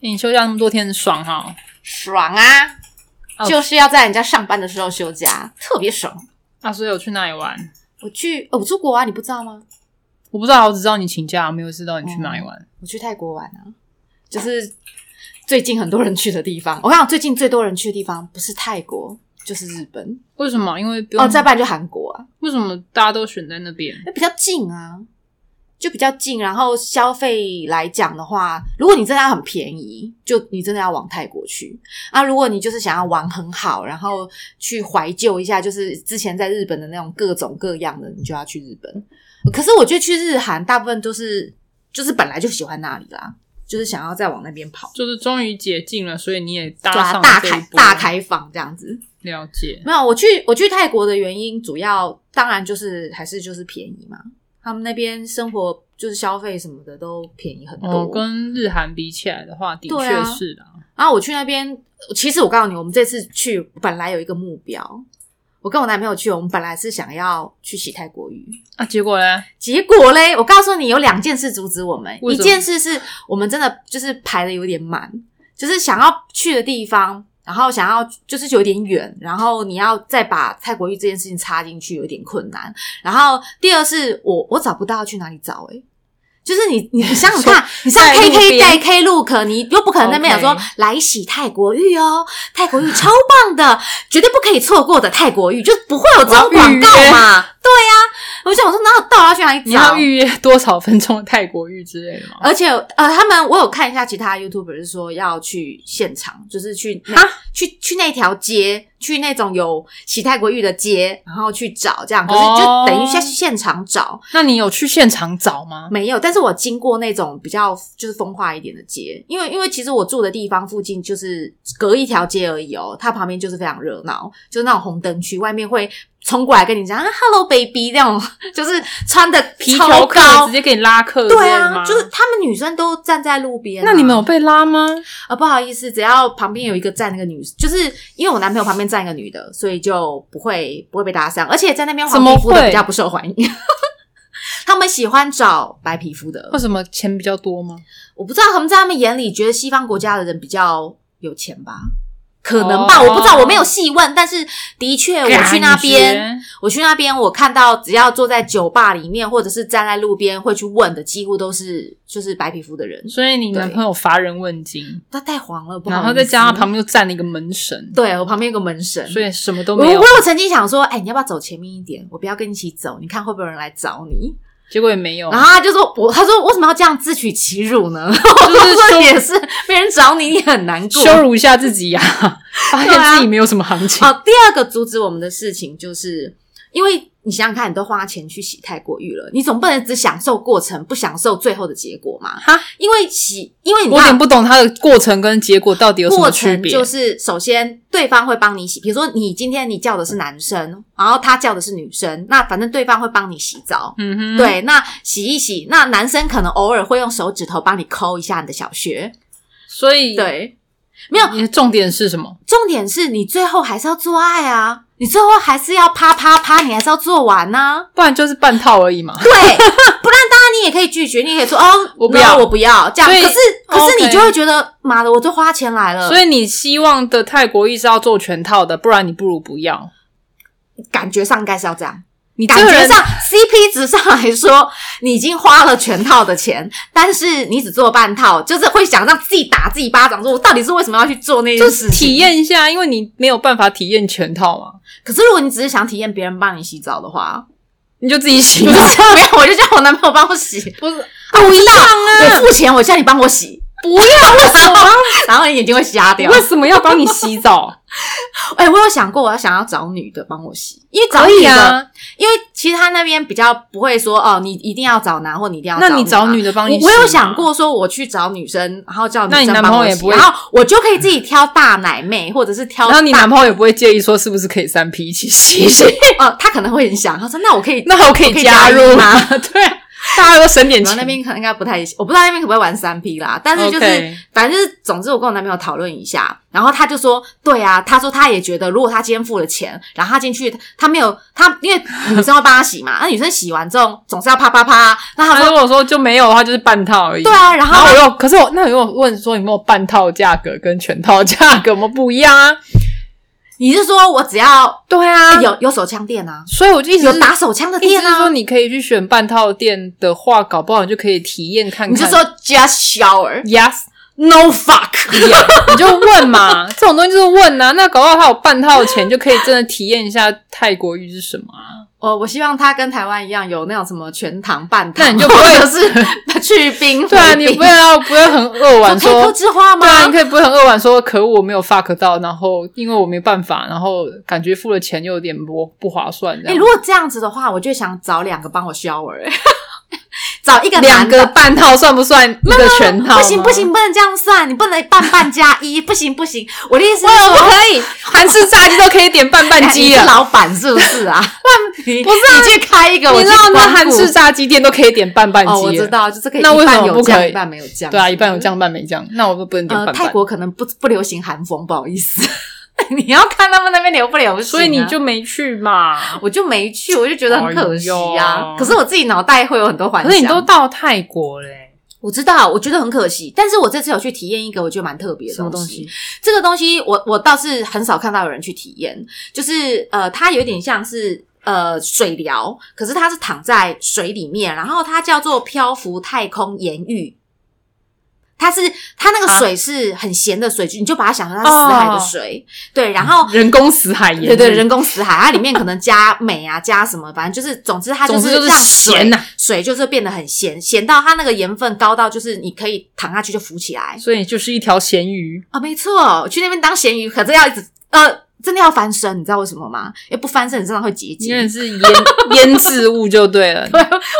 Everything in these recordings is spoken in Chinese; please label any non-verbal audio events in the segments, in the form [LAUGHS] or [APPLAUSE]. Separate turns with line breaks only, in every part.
欸你休假那么多天爽哈、
爽啊
哦
就是要在人家上班的时候休假，特别爽。
啊，所以有去哪里玩？
我去，哦我出国啊，你不知道吗？
我不知道，我只知道你请假，没有知道你去哪里玩。
我去泰国玩啊，就是最近很多人去的地方。我看最近最多人去的地方不是泰国。就是日本
为什么？因为不用
哦，再不然就韩国啊，
为什么大家都选在那边？
因为比较近啊，就比较近。然后消费来讲的话，如果你真的要很便宜，就你真的要往泰国去啊。如果你就是想要玩很好，然后去怀旧一下，就是之前在日本的那种各种各样的，你就要去日本。可是我觉得去日韩大部分都是就是本来就喜欢那里啦，就是想要再往那边跑。
就是终于解禁了，所以你也搭
对啊，
上
大
了这一
开
波
大开放这样子。
了解。
没有，我去我去泰国的原因主要当然就是还是就是便宜嘛，他们那边生活就是消费什么的都便宜很多。
哦，跟日韩比起来的话，的
对
确
啊
是啦。
然后我去那边，其实我告诉你，我们这次去本来有一个目标，我跟我男朋友去，我们本来是想要去洗泰国浴，
啊，结果嘞，
结果嘞，我告诉你，有两件事阻止我们。
为
一
什么
件事是我们真的就是排的有点满，就是想要去的地方，然后想要就是有点远，然后你要再把泰国浴这件事情插进去有点困难。然后第二是我我找不到去哪里找、欸，就是你你你想想
哦
看，你上
在路
KK
边
带 K Look，你又不可能那边有说
OK
来洗泰国浴哦，泰国浴超棒的，绝对不可以错过的泰国浴，就不会有这
我
种
要哦预
广
约
告嘛。对呀、我想我说那到底要去哪里找？
你要预约多少分钟的泰国浴之类的吗？
而且呃，他们我有看一下其他 YouTuber 是说要去现场，就是去那
哈
去去那条街，去那种有洗泰国浴的街，然后去找这样，可是
哦
就等于下去现场找
那你有去现场找吗？
没有。但是我经过那种比较就是风化一点的街，因为因为其实我住的地方附近就是隔一条街而已哦，它旁边就是非常热闹，就是那种红灯区，外面会冲过来跟你讲、啊、“Hello baby” 那种， [LAUGHS] 就是穿的
皮
超
条客
高
直。接给你拉客之类
对
的吗？
啊，就是他们女生都站在路边啊、
那你们有被拉吗？
啊，不好意思，只要旁边有一个站那个女，就是因为我男朋友旁边站一个女的，所以就不会不会被搭讪，而且在那边
怎
黄
么
皮肤的
会
比较不受欢迎。 [LAUGHS] 他们喜欢找白皮肤的
为，什么钱比较多吗？
我不知道他们在他们眼里觉得西方国家的人比较有钱吧？可能吧，
哦
我不知道，我没有细问，但是的确我去那边，
感觉
我去那边，我看到只要坐在酒吧里面或者是站在路边会去问的，几乎都是就是白皮肤的人，
所以你男朋友乏人问津，
他太黄了，不好意
然
思。
后再加上旁边又站了一个门神，
对我旁边有个门神，
所以什么都
我
没有
我。有曾经想说，哎、你要不要走前面一点？我不要跟你一起走，你看会不会有人来找你？
结果也没有
然，后他就说，我他说为什么要这样自取其辱
[LAUGHS]
呢？
就是
我
羞
说也是，别人找你，你很难
[LAUGHS]
过。
羞辱一下自己
[LAUGHS]
呀，
啊
发现自己没有什么行情。
好，第二个阻止我们的事情就是，因为你想想看，你都花钱去洗泰国浴了，你总不能只享受过程，不享受最后的结果嘛？
哈，
因为洗，因为你
我有
看
点不懂它的过程跟结果到底有什么
过
区
程
别。
就是，首先对方会帮你洗，比如说你今天你叫的是男生，然后他叫的是女生，那反正对方会帮你洗澡。
嗯哼，，
对，那洗一洗，那男生可能偶尔会用手指头帮你抠一下你的小穴。
所以
对，没有，
你的重点是什么？
重点是你最后还是要做爱啊，你最后还是要啪啪啪，你还是要做
[LAUGHS]
完呐、
不然就是半套而已嘛。
对，不然当然你也可以拒绝，你也可以说哦，
我不要
no，我不要这样。
所以哦
可是可是
OK
你就会觉得，妈的，我都花钱来了，
所以你希望的泰国浴是要做全套的，不然你不如不要。
感觉上应该是要这样。
你这
感
个
觉
人
上 CP 值上来说，你已经花了全套的钱，但是你只做半套，就是会想让自己打自己巴掌，说我到底是为什么要去做那件
就
事
是
情？
体。验一下，因为你没有办法体验全套嘛，
可是如果你只是想体验别人帮你洗澡的话，
你就自己洗
不
嘛。
是没有，我就叫我男朋友帮我洗，
不是
啊，我一样
啊
我付钱，我叫你帮我洗，
不要，为什么？
[LAUGHS] 然后你眼睛会瞎掉
为。什么要帮你洗澡？
哎、我有想过，我要想要找女的帮我洗，因为找
可
女
以
的，
啊，
因为其实他那边比较不会说哦，你一定要找男或你一定要
那
女
你
嘛
找女的帮你洗
我
嘛
我有想，过说，我去找女生，然后叫女
那你
生
男
帮
朋
我
友也
洗
不会
然后我就可以自己挑大奶妹，或者是挑
然后你
大
男朋友也不会介意说是不是可以三批一起洗，
哦，他可能会很想，他说那我可以，
[LAUGHS] 那我可
我可
以
以
加
加
入
一吗？
[LAUGHS] 对啊，大家都省点
然
钱。
后那边可能应该不太，我不知道那边可不可以玩三 P 啦，但是就是
OK
反正就是，总之我跟我男朋友讨论一下，然后他就说，对啊，他说他也觉得，如果他今天付了钱，然后他进去，他没有他，因为女生会帮他洗嘛，那女生洗完之后总是要啪啪啪，那他
他
说
如果说就没有的话，就是半套而已。
对啊，然
哎然后
后
我又，可是我那我又问说有没有半套价格跟全套价格有没有不一样啊？
你是说我只要、
对啊，
有有手枪店啊，
所以我就一直
有打手枪的
意思
店
是说
啊，
你可以去选半套店的话，搞不好你就可以体验看看。
你就说 just shower
yes，[LAUGHS]
no fuck，
你就问嘛， [LAUGHS] 这种东西就是问啊。那搞不好他有半套钱，就可以真的体验一下泰国浴是什么啊。
我我希望他跟台湾一样有那种什么全糖半糖，
那你就不
或
会
者是 [LAUGHS] 去冰
对啊，
回
你
冰
不要不会很扼腕
可以克
说。
制化吗？
对啊，你可以不会很扼腕说，可恶，我没有 fuck 到，然后因为我没办法，然后感觉付了钱又有点不不划算这
哎、
样。
如果这样子的话，我就想找两个帮我 shower，、欸、 [LAUGHS] 找一个
两
男
个
的。
半套算不算一个全套？
不行不行，，不能这样算，你不能半半加一， [LAUGHS] 不行不行。我的意思是
不
说，哎
可以，韩式炸鸡都可以点半半鸡
你是
了。
老板是不
[LAUGHS]
是啊？你
不是啊
你去开一个，
你
我
知
去
道那
光顾
韩式炸鸡店都可以点半半鸡了、
哦，我知道，就是可以
那为什
一半
么
有
不可
酱，
以
一半没有酱。
对啊，一半有。酱，一半没酱，那我们不能点半
呃，
半。
泰国可能不不流行韩风，不好意思， [LAUGHS] 你要看他们那边流不流行啊、
所以你就没去嘛？
我就没去，我就觉得很可惜
哎
啊。
呦
可是我自己脑袋会有很多幻
可
想。啊
是你都到泰国嘞、
我知道，我觉得很可惜，但是我这次有去体验一个我觉得蛮特别的
什么东
西
西？
这个东西我我倒是很少看到有人去体验，就是呃，它有点像是。呃，水疗，可是它是躺在水里面，然后它叫做漂浮太空盐浴，它是它那个
啊
水是很咸的水，你就把它想成它是死海的水，
啊
对，然后
人工死海盐，
对对，人工死海，它里面可能加镁啊，加什么，反正就是，总之它
总
是
之就是
让水
咸啊呐
水就是变得很咸，咸到它那个盐分高到就是你可以躺下去就浮起来
所以你就是一条咸鱼。
啊、没错，去那边当咸鱼，可是要一直呃，真的要翻身，你知道为什么吗？因为不翻身你真的会结
因为
节。
[LAUGHS] 是腌 [LAUGHS] 腌制物就 [LAUGHS] 对了，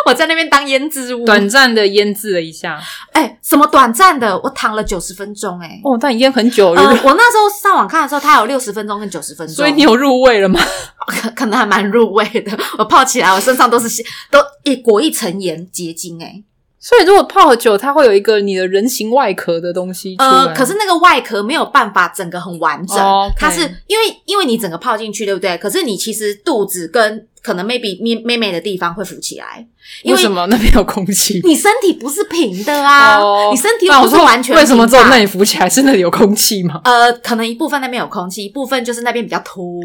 我在那边当腌制物，
短暂的腌制了一下。
哎、什么短暂的，我躺了九十分钟、哎、
哦，但腌很久
呃
了，，
我那时候上网看的时候，它有六十分钟跟九十分钟，
所以你有入味了吗？
可可能还蛮入味的。我泡起来，我身上都是血都一裹一层盐结晶、哎。
[LAUGHS] 所以如果泡了久，它会有一个你的人形外壳的东西出来。
呃，可是那个外壳没有办法整个很完整，
哦，OK
它是因为因为你整个泡进去，对不对？可是你其实肚子跟可能 maybe 妹妹妹的地方会浮起来，因
为什么那边有空气？ [LAUGHS]
你身体不是平的啊，
哦
你身体
那
又
我
不是
说
完全
为什么只
平
有
的
那里浮起来？是那里有空气吗？
呃，可能一部分那边有空气，一部分就是那边比较凸。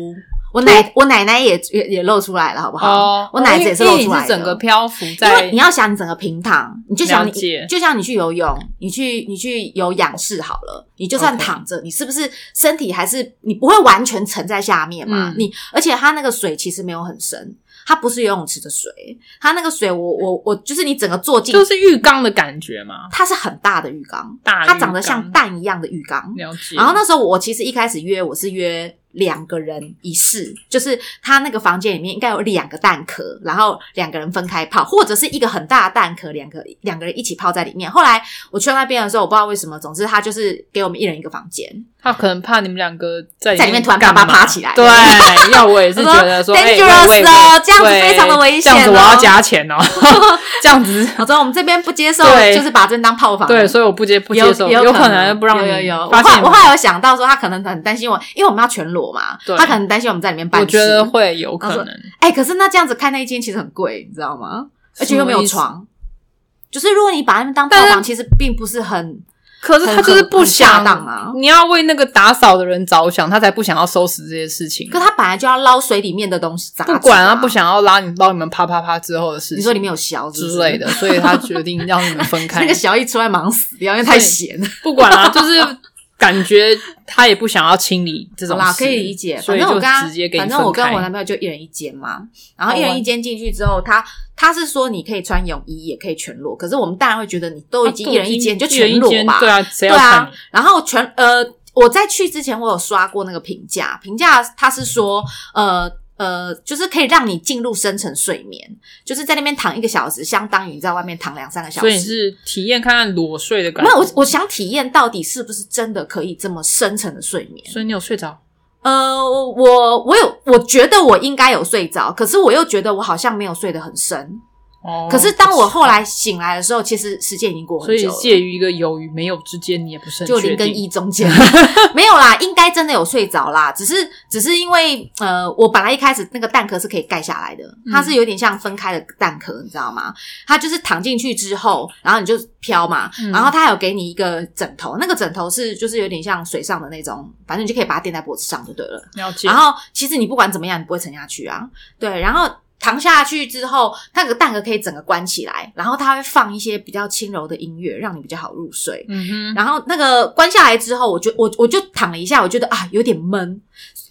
我奶我奶奶也也也露出来了，好不好？
哦
我奶子也是露出
因为你
来的。
是整个漂浮
因为
在
你要想你整个平躺，你就想
了解
你就像你去游泳，你去你去有仰视好了，你就算
OK
躺着你是不是身体还是你不会完全沉在下面嘛？
嗯
你而且它那个水其实没有很深，它不是游泳池的水，它那个水我我我就是你整个坐进，
就是浴缸的感觉嘛，
它是很大的浴缸，
大
它长得
浴缸
像蛋一样的浴缸，
了解。
然后？那时候我其实一开始约我是约两个人一室，就是他那个房间里面应该有两个蛋壳，然后两个人分开泡，或者是一个很大的蛋壳，两个两个人一起泡在里面。后来我去到那边的时候，我不知道为什么，总之他就是给我们一人一个房间。
他可能怕你们两个在
在里面突然啪啪啪起来
对，要我也是觉得
[LAUGHS]
说
我说
哎喂
dangerous
喂
哦
喂
这样子非常的危险哦
这样子我要加钱哦， [LAUGHS] 这样
[LAUGHS]
子
我说我们这边不接受，
对
就是把这当泡房。
对，所以我不接不
有
接受，
有
可能不让
有有
你
有。我
发
后来
现
我后来有想到说，他可能很担心我，因为我们要全裸嘛，
对
他可能担心我们在里面办
我
事。
觉得会有
他
可
说
能，
哎、可是那这样子开那一间其实很贵，你知道吗？而且又没
什
有
么意思
床，就是如果你把它们当炮
但是
房，其实并不是很
可是他就是不
很很很恰
想
当啊
你要为那个打扫的人着想，他才不想要收拾这些事情。
可它本来就要捞水里面的东西，杂质
不管他啊不。想要拉你捞你们啪啪啪之后的事情，
啊你说里面有小
之类的，，所以他决定让你们分开。
[LAUGHS] 那个小一出来忙死掉，因为太咸了。
不管啦、就是感觉他也不想要清理 [LAUGHS] 这
好
种
啦，
事
可以理解。
所
反
以
正我
就
跟他
直接给你
反正我
分
跟
开
我男朋友就一人一间嘛，然后
好
一人
玩
一间进去之后，他他是说你可以穿泳衣，也可以全裸。可是我们当然会觉得你都已经一人一间，就
哦一人
全
一
裸
间
吧。
对啊，谁要
对
看
啊
你？，
然后全呃，我在去之前我有刷过那个评价，评价他是说呃。呃，就是可以让你进入深层睡眠，就是在那边躺一个小时，相当于你在外面躺两三个小时。
所以你是体验看看裸睡的感
没
觉。
有我，我想体验到底是不是真的可以这么深层的睡眠。
所以你有睡着？
呃，我我有，我觉得我应该有睡着，可是我又觉得我好像没有睡得很深。
哦
可是当我后来醒来的时候，其实时间已经过
所
很
以
久了，
介于一个有与没有之间，你也不是很
就
确
零跟
定
一中
[LAUGHS]
间没有啦，应该真的有睡着啦，只是只是因为呃，我本来一开始那个蛋壳是可以盖下来的，
嗯
它是有点像分开的蛋壳，你知道吗？它就是躺进去之后，然后你就飘嘛，
嗯
然后它还有给你一个枕头，那个枕头是就是有点像水上的那种，反正你就可以把它垫在脖子上就对了。
了解
然。后其实你不管怎么样，你不会沉下去啊。对，然后躺下去之后，那个蛋壳可以整个关起来，然后它会放一些比较轻柔的音乐，让你比较好入睡。
嗯哼，
然后那个关下来之后，我就我我就躺了一下，我觉得啊有点闷。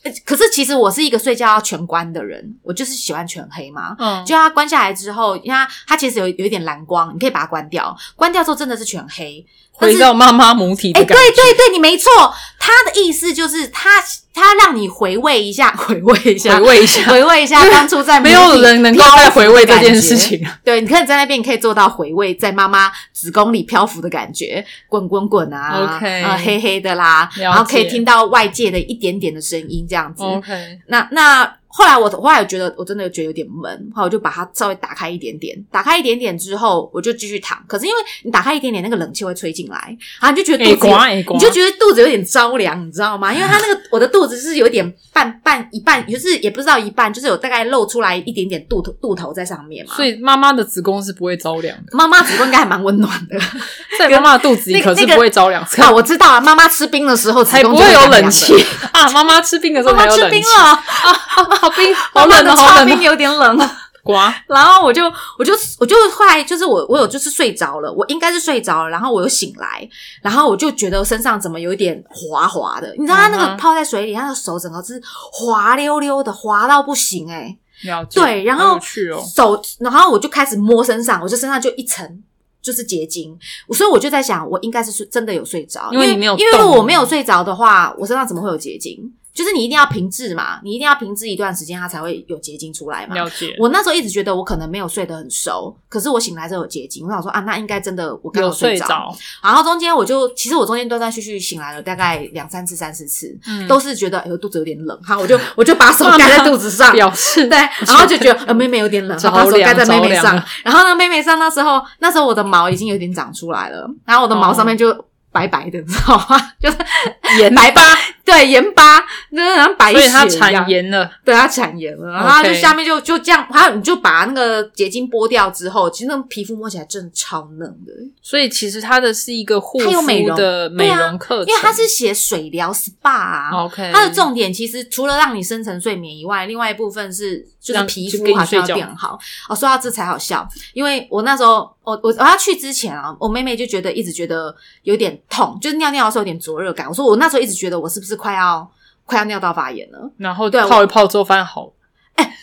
呃可是其实我是一个睡觉要全关的人，我就是喜欢全黑嘛。
嗯，
就它关下来之后，因为它它其实有有一点蓝光，你可以把它关掉。关掉之后真的是全黑，但
回
是
到妈妈母体
哎、
的感
对对对，你没错，他的意思就是他他让你回味一下，回味一
觉，
下
[LAUGHS] 回，味一下，
回味一下当初在
没
母
有
体
人能够
漂浮
再回味
的
这件
感
事
觉。
[LAUGHS] 情。
对，你可以在那边，你可以做到回味在妈妈子宫里漂浮的感觉，滚滚滚啊
OK
啊、黑黑的啦，
了
然后可以
解
听到外界的一点点的声音，这样子。
哦
嗯
OK，
那那后来我后来我觉得我真的觉得有点闷，后来我就把它稍微打开一点点，打开一点点之后，我就继续躺。可是因为你打开一点点，那个冷气会吹进来，然后你就觉得
哎
肚子有
刮哎刮
你，就觉得肚子有点着凉，你知道吗？因为它那个我的肚子是有点半半一半，就是也不知道一半，就是有大概露出来一点点肚头肚头在上面嘛。
所以妈妈的子宫是不会着凉的，
妈妈子宫应该还蛮温暖
[LAUGHS]
的 [LAUGHS]
在妈妈的肚子里
那
可是
那个
不会着 [LAUGHS] 凉，
啊，我知道啊，妈妈吃冰的时候子
才
宫
不
就
会有
凉凉
冷气
的。
[LAUGHS] 啊！妈妈吃冰的时
妈
候没
妈
有
吃
冷气
冰，了，
好冰，好
[LAUGHS] 妈妈
冷
的
哦，好
刨
冷
冰
哦，
有点冷。
刮
[LAUGHS] 然后我就我就我就后来就是我我有就是睡着了，我应该是睡着了，然后我又醒来，然后我就觉得身上怎么有一点滑滑的，你知道他那
嗯
个
哼
泡在水里，他的手整个是滑溜溜的，滑到不行哎、
了解。
对然后
好有趣哦，
手，然后我就开始摸身上，我就身上就一层。就是结晶，所以我就在想，我应该是睡真的有睡着，
因为你没有
因为如果
动啊
我没有睡着的话，我身上怎么会有结晶？就是你一定要平治嘛，你一定要平治一段时间，它才会有结晶出来嘛。
了解。
我那时候一直觉得我可能没有睡得很熟，可是我醒来之后有结晶，我想说啊，那应该真的我刚
有
好
睡
着。
着，
然后中间我就，其实我中间断断续续醒来了大概两三次、三四次，
嗯
都是觉得哎呦肚子有点冷，哈，我就我就
[LAUGHS]
把手盖在肚子上。
表示
[LAUGHS] 对，然后就觉得呃妹妹有点冷，
着
好把手盖在
凉
妹妹
着
上
凉。
然后呢，妹妹上那时候，那时候我的毛已经有点长出来了，然后我的毛
哦
上面就白白的，你知道吗？ [LAUGHS] 就是
[LAUGHS] 盐
白疤， [LAUGHS] 对，盐疤，那像白
所以它
血一样
产炎了，
对它产炎了，然后它
OK
就下面就就这样，还有你就把那个结晶剥掉之后，其实那个皮肤摸起来真的超嫩的，
所以其实它的是一个护
它有美
肤
容
的美
对啊
容课程，
因为它是写水疗 SPA 啊。
OK，
它的重点其实除了让你深层睡眠以外，另外一部分是就是
让
皮
就给
肤
你
好像
睡觉
要变好。哦，说到这才好笑，因为我那时候我我我要去之前啊，我妹妹就觉得一直觉得有点痛，就是尿尿的时候有点灼热感。我说我那时候一直觉得我是不是快要快要尿道发炎了？
然后
对我
泡一泡之后发现好，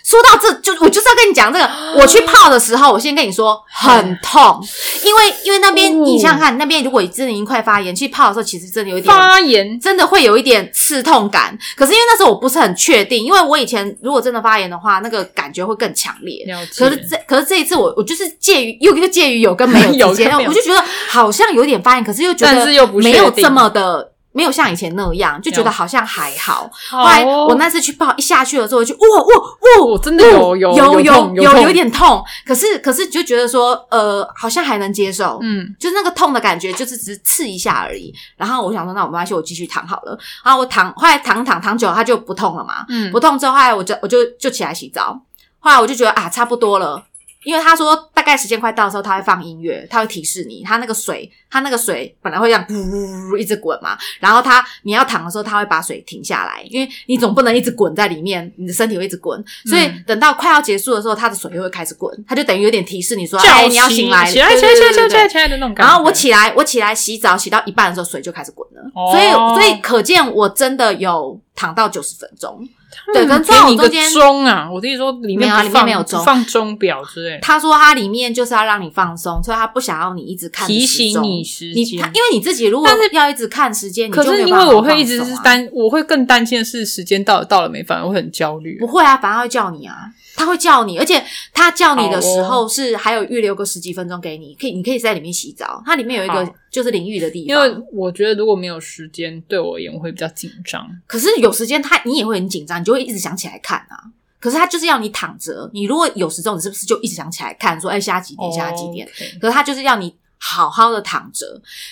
说到这就我就是要跟你讲
[GASPS]
这个，我去泡的时候，我先跟你说很痛，因为因为那边、
哦
你想想看，那边如果真的已经快发炎，去泡的时候其实真的有一点。
发炎
真的会有一点刺痛感，可是因为那时候我不是很确定，因为我以前如果真的发炎的话，那个感觉会更强烈。
了解
可是这可是这一次我我就是介于又又介于有跟没
有
有
跟
之间，
[LAUGHS] 没有
我就觉得好像有点发炎，可是又觉得
但是又不确定
没有这么的，没有像以前那样，就觉
了哦
得好像还好。
后
后来我那次去泡一下去了之后，就哇哇哇，
我哦真的有有
有
有
有
有
有点痛，可是可是就觉得说呃好像还能接受，
嗯，
就是那个痛的感觉，就是只是刺一下而已。然后我想说，那我没关系，我继续躺好了。然后我躺，后来躺躺躺久了，它就不痛了嘛。
嗯
不痛之后，后来我就我就就起来洗澡。后来我就觉得啊，差不多了，因为他说大概时间快到的时候，他会放音乐，他会提示你，他那个水，他那个水本来会这样噗噗噗噗一直滚嘛，然后他你要躺的时候，他会把水停下来，因为你总不能一直滚在里面，你的身体会一直滚，所以
嗯
等到快要结束的时候，他的水又会开始滚，他就等于有点提示你说，
叫
哎，你要醒来了，
起来
对
起来
对
起来
对
起来
对
起
对
来起来的那种感
然
觉。
后我起来，我起来洗澡，洗到一半的时候水就开始滚了，
哦
所以所以可见我真的有躺到九十分钟。
嗯，
对，跟
给
最后
你一个
中间，
钟啊，我弟说里
没
面
有啊
不
里面
放
没有钟
不放钟表之类的，
他说他里面就是要让你放松，所以他不想要你一直看着
提
时
醒
钟
你时
你
间
他因为你自己如果
但是
要一直看时间，你
可
就没
是
有
因
办
为
法
我会一直
放
是
松啊
担，我会更担心的是时间到到了没反而会很焦虑
不。会啊，反而会叫你啊，他会叫你，而且他叫你的时
好
候是还有预留个十几分钟给你，可以你可以在里面洗澡，它里面有一
好
个就是淋浴的地
因
方。
为我觉得如果没有时间，对我而言我会比较紧张。
可是有时间他你也会很紧张，你就会一直想起来看啊。可是他就是要你躺着，你如果有时钟，你是不是就一直想起来看，说哎，现在几点？现在几点？
OK
可是他就是要你好好的躺着。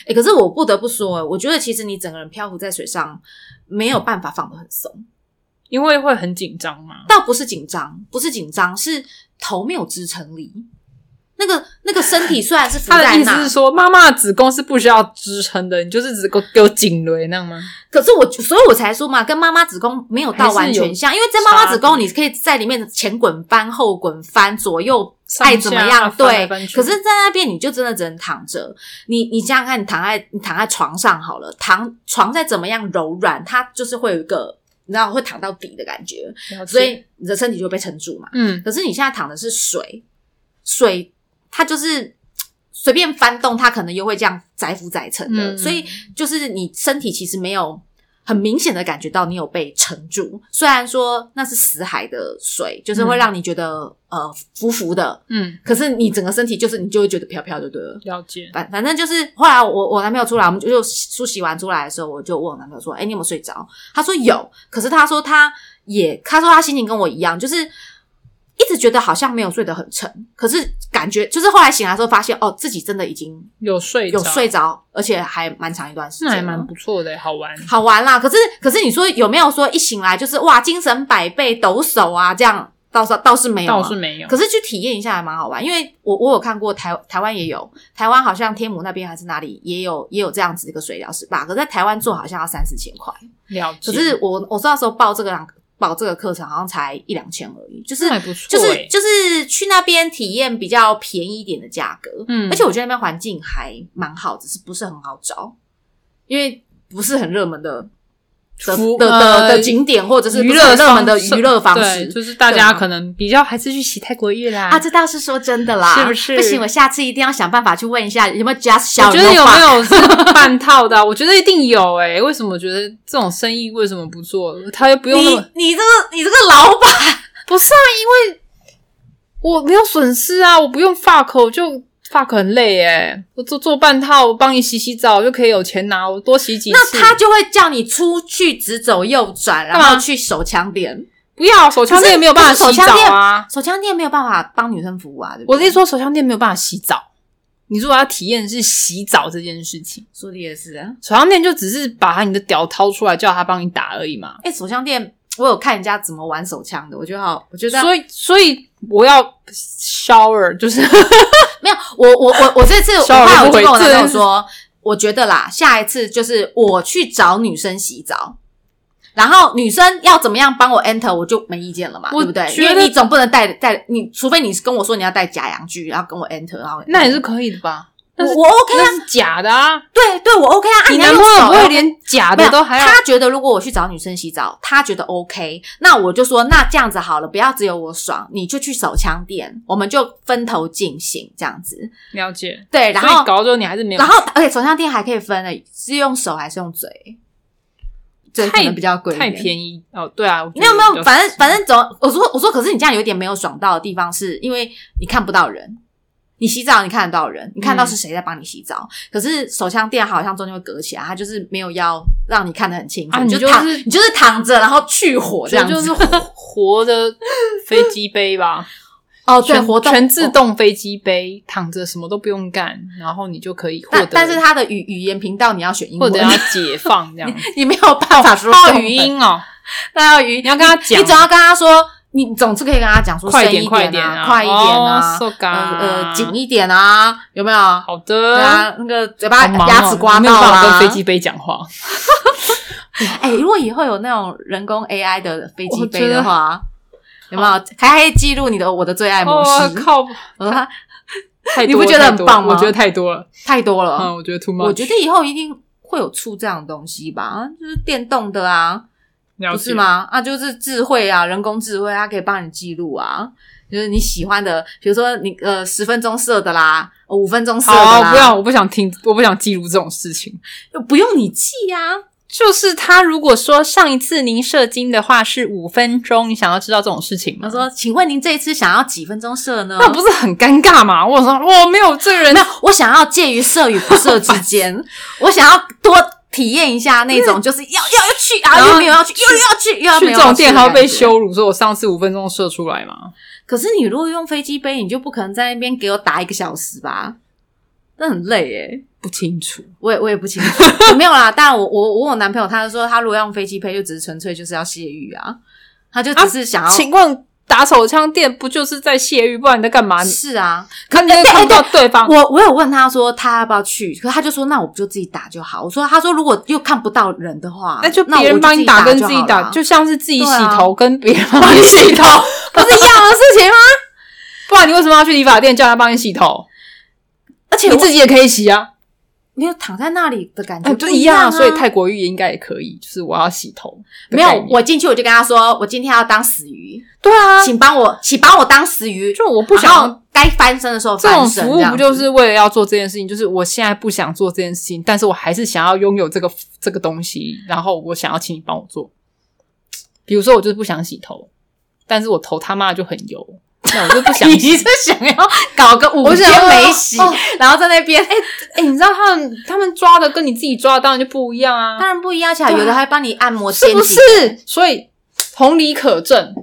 诶，可是我不得不说、诶我觉得其实你整个人漂浮在水上，没有办法放得很松，
因为会很紧张嘛。
倒不是紧张，不是紧张，是头没有支撑力。那个那个身体虽然是
[LAUGHS]
浮
他的
在
意思
那
是，说，妈妈的子宫是不需要支撑的，你就是只够给我颈椎那样吗？
可是我所以我才说嘛，跟妈妈子宫没有到完全像，因为在妈妈子宫，
差别
你可以在里面前滚翻、后滚翻、左右
上下
爱怎么样，
翻来
对。
翻去
可是，在那边你就真的只能躺着。你你想想看，你躺在你躺在床上好了，躺床再怎么样柔软，它就是会有一个你知道会躺到底的感觉，
了解
所以你的身体就被撑住嘛。
嗯，
可是你现在躺的是水，水它就是嘖随便翻动，它可能又会这样载浮载沉的，
嗯
所以就是你身体其实没有很明显的感觉到你有被撑住。虽然说那是死海的水，就是
嗯
会让你觉得、呃浮浮的，
嗯，
可是你整个身体就是你就会觉得飘飘就对了。
了解。
反反正就是后来我我男朋友出来，我们就就梳洗完出来的时候，我就问我男朋友说：“哎、你有没有睡着？”他说有，可是他说他也他说他心情跟我一样，就是一直觉得好像没有睡得很沉，可是感觉就是后来醒来的时候发现哦，自己真的已经
有睡着
有睡，着，而且还蛮长一段时间
那
了，
还蛮不错的，欸好玩。
好玩啦。可是可是你说有没有说一醒来就是哇精神百倍抖擞啊这样？倒是倒是没有啊，
倒是没有，
可是去体验一下还蛮好玩，因为我我有看过台台湾也有，台湾好像天母那边还是哪里也有也有这样子一个水疗 SPA，可是在台湾做好像要三四千块，
了解。
可是我我那时候报这个报这个课程好像才一两千而已，就是
那还不错
就是
欸
就是去那边体验比较便宜一点的价格，
嗯
而且我觉得那边环境还蛮好，只是不是很好找，因为不是很热门的。的
服
的
呃
的的景点，或者是
娱
不是
乐
很热门
方
的
式
娱乐方式
对，，就是大家
对啊
可能比较还是去洗泰国浴啦。
啊，这倒是说真的啦，
是不是
不行，我下次一定要想办法去问一下有没有 just 小
我觉得有
话
没有
[LAUGHS]
是半套的啊、我觉得一定有诶、为什么我觉得这种生意为什么不做？他又不用那么
你你这个你这个老板，
不是啊，因为我没有损失啊，我不用发口就发口很累诶、我做做半套，我帮你洗洗澡我就可以有钱拿，我多洗几次。
那他就会叫你出去直走右转，然
干嘛
后去手枪店。
不要手枪
可
店
是
没有办
可是
法
手
洗
枪
澡
店
啊！
手枪店没有办法帮女生服务啊，对不
我
对？
是说手枪店没有办法洗澡，你如果要体验是洗澡这件事情。
说的也是啊。
手枪店就只是把你的屌掏出来，叫他帮你打而已嘛。
哎、手枪店我有看人家怎么玩手枪的，我觉得好，我觉得
所以，所以我要 shower，就是
[LAUGHS] 没有，我我我我这次
[LAUGHS]
我
稍微
后来
不
我就
回
跟我男朋友
这
说，我觉得啦，下一次就是我去找女生洗澡，然后女生要怎么样帮我 enter，我就没意见了嘛，
我
对不对？
觉
因
得
为你总不能带带你，除非你是跟我说你要带假洋具，然后跟我 enter，然后
那也是可以的吧？
我
但是
我 OK 啊，
那是假的啊！
对对，我 OK 啊，啊
你
要
男
用
朋友
手
不会
OK
连假
没
的
有
都还要？
他觉得如果我去找女生洗澡，他觉得 OK，那我就说那这样子好了，不要只有我爽，你就去手枪店，我们就分头进行这样子。
了解。
对，然
所
后
以搞到最后你还是没有
然，后，而且手枪店还可以分诶，是用手还是用嘴？嘴可
太
能比较贵一
太
点，
便宜哦。对啊，我觉
你有
得
没
比较
有？反正反正总，我说我说，可是你这样有点没有爽到的地方，是因为你看不到人。你洗澡你看得到人，你看
嗯
到是谁在帮你洗澡。可是手枪店好像中间会隔起来，它就是没有要让你看得很清楚，
啊
你
你就是
躺你就是躺着，然后去火这
这
样子。
就是活的飞机杯吧，
哦，对，
[LAUGHS] 全
活动
全自动飞机杯，躺着什么都不用干，然后你就可以获
但
得，
但是它的语语言频道你要选英
获
文，
得要解放这样。
[LAUGHS] 你没有办法说
哦，
中
语
文
音哦，
那要语，
你要跟他讲
你总要跟他说，你总是可以跟他讲说，
快
深
点
一
快
点
点
啊，
啊
快一点啊
哦，，so
呃
ga
呃，紧一点啊，有没有？
好
对
的，
啊，那个嘴巴
好忙哦
牙齿刮
没有
到
办法
啦。
跟飞机杯讲话，
[LAUGHS] 哎，如果以后有那种人工 AI 的飞机
我
杯
觉得
的话，有没有？还可以记录你的我的最爱模
哦
式。
靠，
我说它
太多
哎你不觉得很棒吗
太多我觉得太多了，
太多
嗯，
了，
我觉得 too much，
我觉得以后一定会有出这样的东西吧，就是电动的啊，
了
不
解
是？吗？啊，就是智慧啊，人工智慧，它可以帮你记录啊，就是你喜欢的，比如说你呃十分钟射的啦，五分钟射
好
的啦，
啊，不要，我不想听，我不想记录这种事情。
要不用你记呀、啊，
就是他如果说上一次您射精的话是五分钟，你想要知道这种事情吗？
他说，请问您这一次想要几分钟射呢？
嗯那不是很尴尬吗？我说我没有这个人 [LAUGHS]
没有，我想要介于射与不射之间，我想要多体验一下那种，就是要要要去啊，
然后
又没有要去，
去
又要去，又要
去
没有
这
要
种店还要
的感
被
觉。
羞辱，说我上次五分钟射出来嘛？
可是你如果用飞机杯，你就不可能在那边给我打一个小时吧？那很累耶、
不清楚，
我也我也不清楚，没有啦。但我我我有男朋友，他就说他如果要用飞机杯，就只是纯粹就是要泄欲啊，他就只是想要、
请问打手枪店不就是在泄欲，不然你在干嘛？你
是啊。
看你也看不到对 [LAUGHS] 方，
我我有问他说他要不要去，可是他就说那我就自己打就好。我说他说如果又看不到人的话，
那就别
我
人帮你打跟自
自
己
好
打，
啦
就像是自己
对
洗
啊
头跟别人 [LAUGHS] 帮你洗头，不是一样的事情吗？不然你为什么要去理发店叫他帮你洗 [LAUGHS] 头？
而
[LAUGHS]
且
你
我
自己也可以洗啊，
没有躺在那里的感觉
哎，[LAUGHS]
不
就一
一
样
啊
啊。所以泰国浴也应该也可以，就是我要洗头的
没
概念，
有。我进去我就跟他说，我今天要当死鱼，
对啊，
请帮我，请帮我当死鱼。
就我不想
然
要
后该翻身的时候
这
翻
种
身，
服务
这样
不
子
就是为了要做这件事情？就是我现在不想做这件事情，但是我还是想要拥有这个这个东西，然后我想要请你帮我做。比如说，我就是不想洗头，但是我头他妈就很油，那我就不想 [LAUGHS]
你
洗
是。想要搞个五
我想
天
说
没洗，
哦
然后在那边
哎、你知道他们他们抓的跟你自己抓的当然就不一样啊，
当然不一样，而且
对啊
有的还帮你按摩肩
是
颈，
不是？所以同理可证，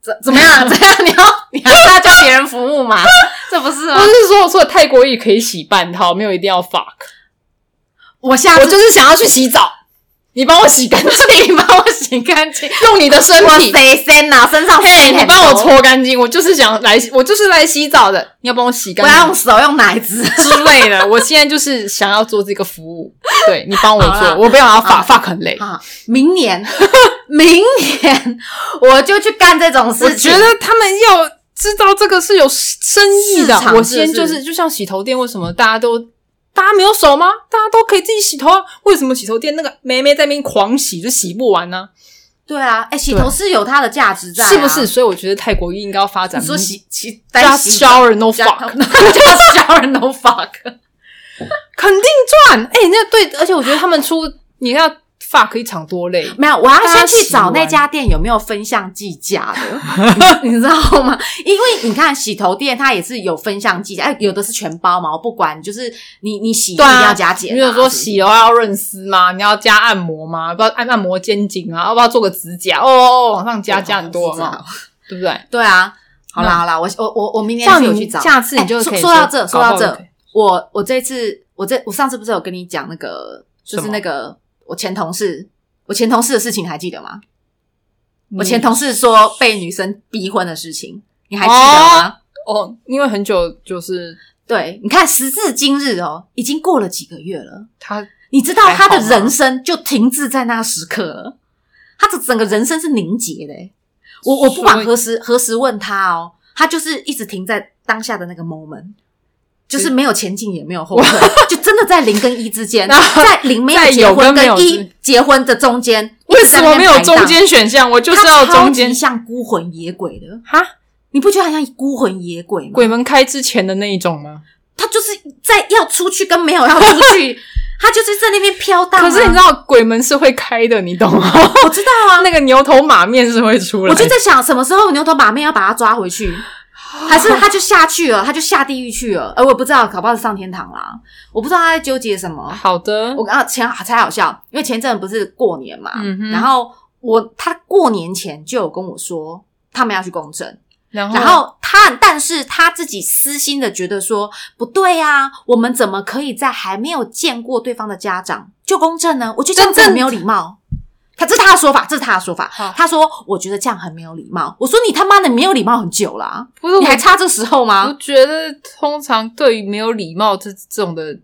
怎怎么样？怎样？你 [LAUGHS] 要你还是要叫别人服务嘛？这不是吗
不？是说我说的泰国浴可以洗半套，没有一定要 fuck。
我下
我
次
就是想要去洗澡，你帮我洗 [LAUGHS] 干净，
你帮我洗干净。
用你的身
我
体。
谁先呐？身上
嘿，
水
你
很
帮我
多，
搓干净，我就是想来，我就是来洗澡的，你要帮我洗
我要
干
用手用奶子。
[LAUGHS] 净之类的。我现在就是想要做这个服务，对你帮我
好啦
做，我不要要发发很累。
啊，明年， [LAUGHS] 明年我就去干这种
我
事
觉
情。
得他们要知道这个是有生意的
市。场
我先
是不
就是是就像洗头店，为什么大家都大家没有手吗？大家都可以自己洗头啊？为什么洗头店那个妹妹在那边狂洗就洗不完呢、
对啊，哎、洗头是有它的价值在、啊，
是不是？？所以我觉得泰国应该要发展。
你说洗洗单
just
洗
shower no
加
fuck。 [LAUGHS]
加小人 no fuck。
肯定赚。哎、那对，而且我觉得他们出，你看 fuck 一场多累，
没有，我要
大家
先去
洗
找那
完
家店有没有分项计
[LAUGHS]
价的，你知道吗？因为你看洗头店它也是有分项计价，哎，有的是全包嘛，我不管，就是你你洗一
对
定
啊
要加钱、啊。
你有说
是不是
洗了要润丝吗？你要加按摩吗？要不要按按摩肩颈啊？要不要做个指甲？哦哦，哦往上加加很多
对好像是
嘛，对不对？
对啊，好啦
那
好啦，我我我我明年
这样
有
你
去找，
下次你就
哎
可以
说说到这，说
说
到
搞不好就可
这
以，
我我这次我这我上次不是有跟你讲那个，就
什
是
么
那个我前同事，我前同事的事情还记得吗？我前
头
同事说被女生逼婚的事情，你还记得吗？
哦，因为很久就是
对，你看时至今日哦，已经过了几个月了，
他
你知道他的
还好吗
人生就停滞在那个时刻了，他的整个人生是凝结的欸、我我不
所
管
以
何时何时问他哦，他就是一直停在当下的那个 moment。就是没有前进，也没有后退，就真的在零跟一之
[LAUGHS]
间，
然后
在零没有
在
结
有
婚
跟没有
跟一
之
结婚的中间，
为什么没有中间选项？我
一
就
直
是
在那
要
边摆荡？他超
中
级
间
像孤魂野鬼的，
哈，
你不觉得他像孤魂野鬼吗？
鬼门开之前的那一种吗？
他就是在要出去跟没有要出
[LAUGHS]
去，他就是在那边飘荡啊、
可是你知道鬼门是会开的，你懂吗？
我知道啊，
[LAUGHS] 那个牛头马面是会出来的，
我就在想什么时候牛头马面要把他抓回去，
啊
还是他就下去了，他就下地狱去了？呃，我也不知道，搞不好是上天堂啦，我不知道他在纠结什么。
好的，
我刚刚前才好笑，因为前阵子不是过年嘛，
嗯哼
然后我他过年前就有跟我说他们要去公证。
然后
然后他，但是他自己私心的觉得说不对啊，我们怎么可以在还没有见过对方的家长就公证呢？我觉得这样子
真正
很没有礼貌。他这是他的说法，这是他的说法
好。
他说：“我觉得这样很没有礼貌。”我说：“你他妈的没有礼貌很久啦、
不是
你
我
还差这时候
我
吗
觉得通常对于没有礼貌这这种的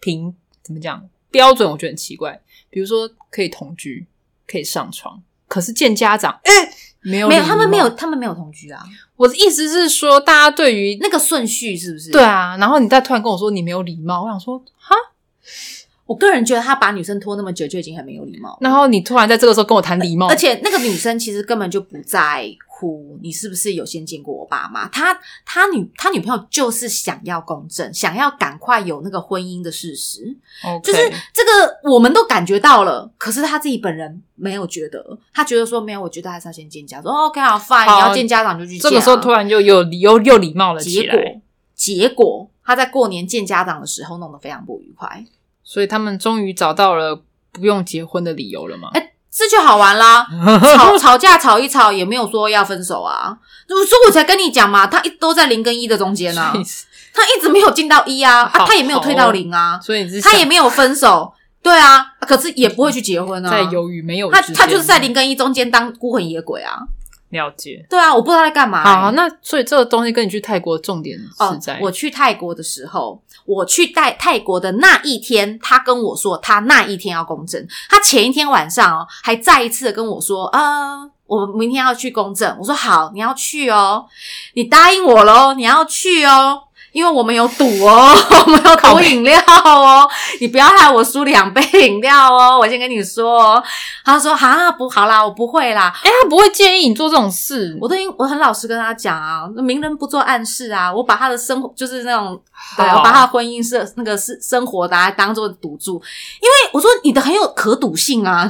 评怎么讲标准，我觉得很奇怪。比如说可以同居，可以上床，可是见家长，哎、没？”有
没
没
有，他们没有，。他们没有同居啊。
我的意思是说，大家对于
那个顺序是不是？
对，啊，然后你再突然跟我说你没有礼貌，我想说哈，
我个人觉得他把女生拖那么久就已经很没有礼貌了。
然后你突然在这个时候跟我谈礼貌，
而且那个女生其实根本就不在乎你是不是有先见过我爸妈，她她女她女朋友就是想要公正，想要赶快有那个婚姻的事实，
OK
就是这个我们都感觉到了，可是她自己本人没有觉得，她觉得说没有，我觉得还是要先见家长，说哦 OK 好 fine，
好
你要见家长就去见
这
啊、
个时候突然就有有有礼貌了起
结
来
果。结果她在过年见家长的时候弄得非常不愉快，
所以他们终于找到了不用结婚的理由了嘛？
哎，这就好
[LAUGHS]
玩啦。吵吵架吵一吵也没有说要分手啊，我说我才跟你讲嘛，他一都在零跟一的中间
[LAUGHS]
啊
所以，
他一直没有进到一啊，
好
啊他也没有退到零啊，
所以你是
他
想
也没有分手，对啊，啊可是也不会去结婚啊，
在犹豫没有
他
之间
他就是在零跟一中间当孤魂野鬼啊，
了解。
对啊，我不知道他在干嘛、
好，那所以这个东西跟你去泰国的重点
哦
是在、，
我去泰国的时候，我去泰泰国的那一天，他跟我说他那一天要公证，他前一天晚上哦，还再一次的跟我说，呃，我明天要去公证。我说好，你要去哦，你答应我喽，你要去哦。因为我们有赌哦， [LAUGHS] 我们有
靠
赌
北
饮料哦，你不要害我输两杯饮料哦，我先跟你说哦。他说哈不好啦，我不会啦，
哎、他不会建议你做这种事，
我都已经我很老实跟他讲啊，名人不做暗示啊，我把他的生活就是那种，对
好
我把他的婚姻是那个是生活拿来当做赌注，因为我说你的很有可赌性啊，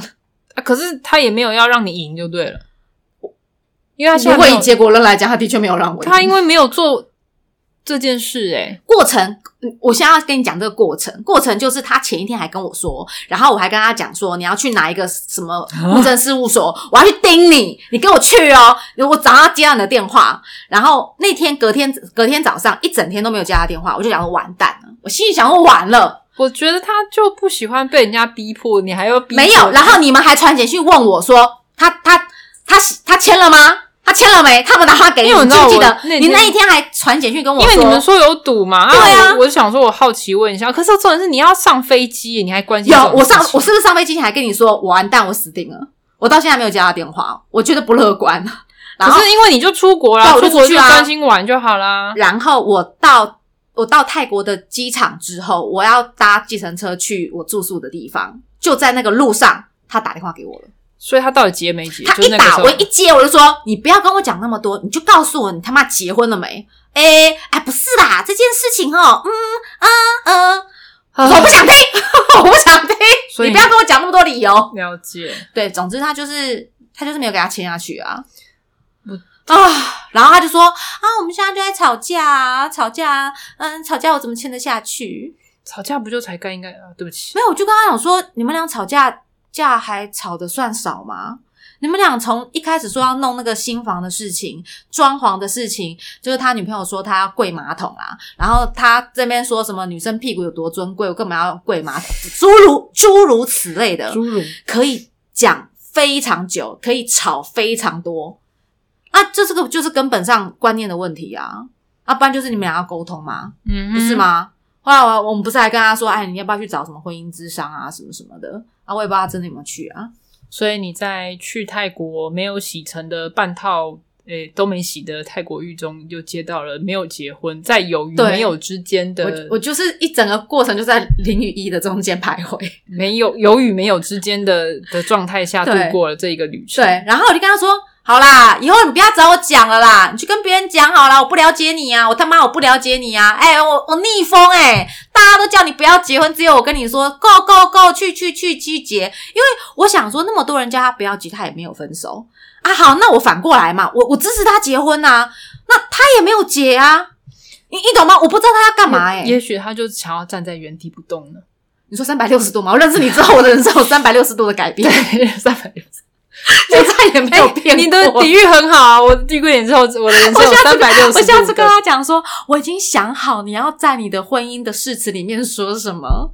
啊可是他也没有要让你赢就对了，因为他现在
如果
没有
以结果论来讲，他的确没有让我赢。
他因为没有做这件事、哎，
过程，嗯我现在要跟你讲这个过程。过程就是他前一天还跟我说，然后我还跟他讲说，你要去哪一个什么
啊
物证事务所，我要去盯你，你跟我去哦。我早上接到你的电话，然后那天隔天隔天早上一整天都没有接他电话，我就想说完蛋了，我心里想说完了。
我觉得他就不喜欢被人家逼迫，你还要逼迫
没有，然后你们还传简讯问我说，他他他他签了吗？他签了没？他们打电话给你，
因为我
你
知
记
道
不记
我
得？
那
你那
天
一天还传简讯跟我
因
说，
为你们说有赌嘛，
对啊
我我就想说，我好奇问一下，可是重点是你要上飞机，你还关心这
有
种，
我上
事情
我是不是上飞机前还跟你说我完蛋，我死定了？我到现在没有接他电话，我觉得不乐观。然后
可，是因为你就出国啦，
对我就
出国
出去啊啦
专心玩就好啦。
然后我到我到泰国的机场之后，我要搭计程车去我住宿的地方，就在那个路上，他打电话给我了。
所以他到底结没结？
他
就是
一
那个时
打
候
我一接，我就说你不要跟我讲那么多，你就告诉我你他妈结婚
[LAUGHS]
了没？哎哎，不是啦，这件事情哦，嗯嗯
[LAUGHS]
嗯，我说我不想听， [LAUGHS] 我不想听，
啊所以
你不要跟我讲那么多理由。
了解，
对，总之他就是他就是没有给他签下去啊。啊，然后他就说啊，我们现在就在吵架啊，吵架啊，嗯，吵架我怎么签得下去？
吵架不就才刚应该啊？对不起，
没有，我就跟他讲说，你们俩吵架架还吵得算少吗？你们俩从一开始说要弄那个新房的事情、装潢的事情，就是他女朋友说他要跪马桶啊，然后他这边说什么女生屁股有多尊贵，我干嘛要跪马桶，诸如诸如此类的，
侏儒
可以讲非常久，可以吵非常多。啊，这这个就是根本上观念的问题啊！啊，不然就是你们俩要沟通嘛，
嗯哼，
不是吗？后来我我们不是还跟他说，哎，你要不要去找什么婚姻智商啊，什么什么的？啊，我也不知道他真的有没有去啊。
所以你在去泰国没有洗成的半套，诶、都没洗的泰国浴中，就接到了没有结婚，在有与
对
没有之间的，
我我就是一整个过程就在零与一的中间徘徊。
没有有与没有之间的的状态下度
对
过了这一个旅程。
对，然后我就跟他说：“好啦，以后你不要找我讲了啦，你去跟别人讲好啦，我不了解你啊，我他妈我不了解你啊，哎、我我逆风哎、大家都叫你不要结婚，只有我跟你说够够够，去去去去结，因为我想说那么多人叫他不要结，他也没有分手啊。好，那我反过来嘛，我我支持他结婚啊，那他也没有结啊，你你懂吗？我不知道他要干嘛哎、
也也许他就想要站在原地不动
[LAUGHS]
呢。
你说三百六十度吗？我认识你之后，我的人生有三百六十度的改变，
三百六
[LAUGHS] 就再也
哎
没有变过。
你的底蕴很好啊！我遇过你之后，我的人生有三百六十。
我下次跟他讲说，我已经想好你要在你的婚姻的誓词里面说什么，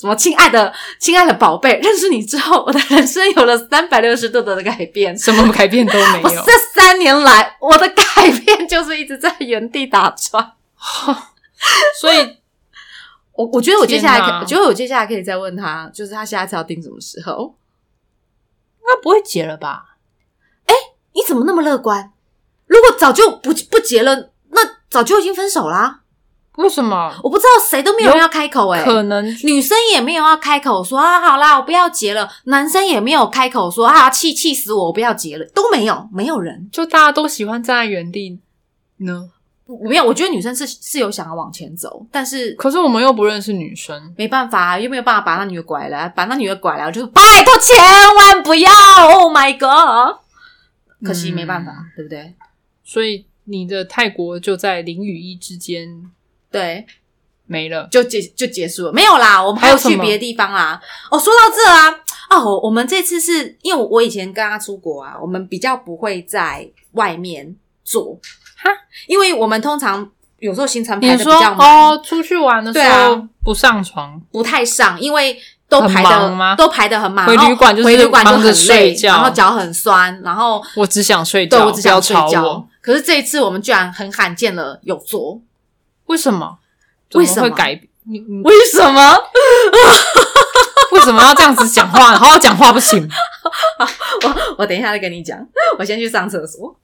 什么亲爱的、亲爱的宝贝，认识你之后，我的人生有了三百六十度的改变。
什么改变都
[LAUGHS]
没
我
有
这，三年来，我的改变就是一直在原地打转。
[LAUGHS] 所以
[LAUGHS] 我我觉得我接下来
天哪
可，我觉得我接下来可以再问他，就是他下次要定什么时候？
那不会结了吧？
你怎么那么乐观？如果早就不不结了，那早就已经分手啦、
为什么？
我不知道谁都没有人要开口哎、
可能
女生也没有要开口说啊，好啦，我不要结了。男生也没有开口说啊，气气死我，我不要结了，都没有，没有人，
就大家都喜欢站在原地呢。
没有。我觉得女生是是有想要往前走，但是
可是我们又不认识女生，
没办法、又没有办法把那女的拐来，把那女的拐来，我就说拜托千万不要，Oh my god！可惜
嗯
没办法，对不对？
所以你的泰国就在零与一之间。
对，
没了。
就结就结束了，没有啦，我们
还有什
去
么
别的地方啦。哦，说到这啊，哦，我们这次是因为我以前跟他出国啊，我们比较不会在外面做
哈，
因为我们通常有时候行程排
你
的比
说
较满，
哦，出去玩的时
对
候、
啊
不上床，
不太上，因为都
很
排
忙吗
的都排的很满，
回
然后
旅馆就是
回旅馆就
忙着
很
睡
累，
觉
然后脚很酸，然后
我只想睡觉，
对我只想睡
不要吵
觉
我。。
可是这一次我们居然很罕见了有做，
为什么？
为
怎
什么
会改变？你你
为什 [LAUGHS] 么？
为什么要这样 [LAUGHS] 子讲话？好好讲话不行？
我我等一下再跟你讲，我先去上厕所。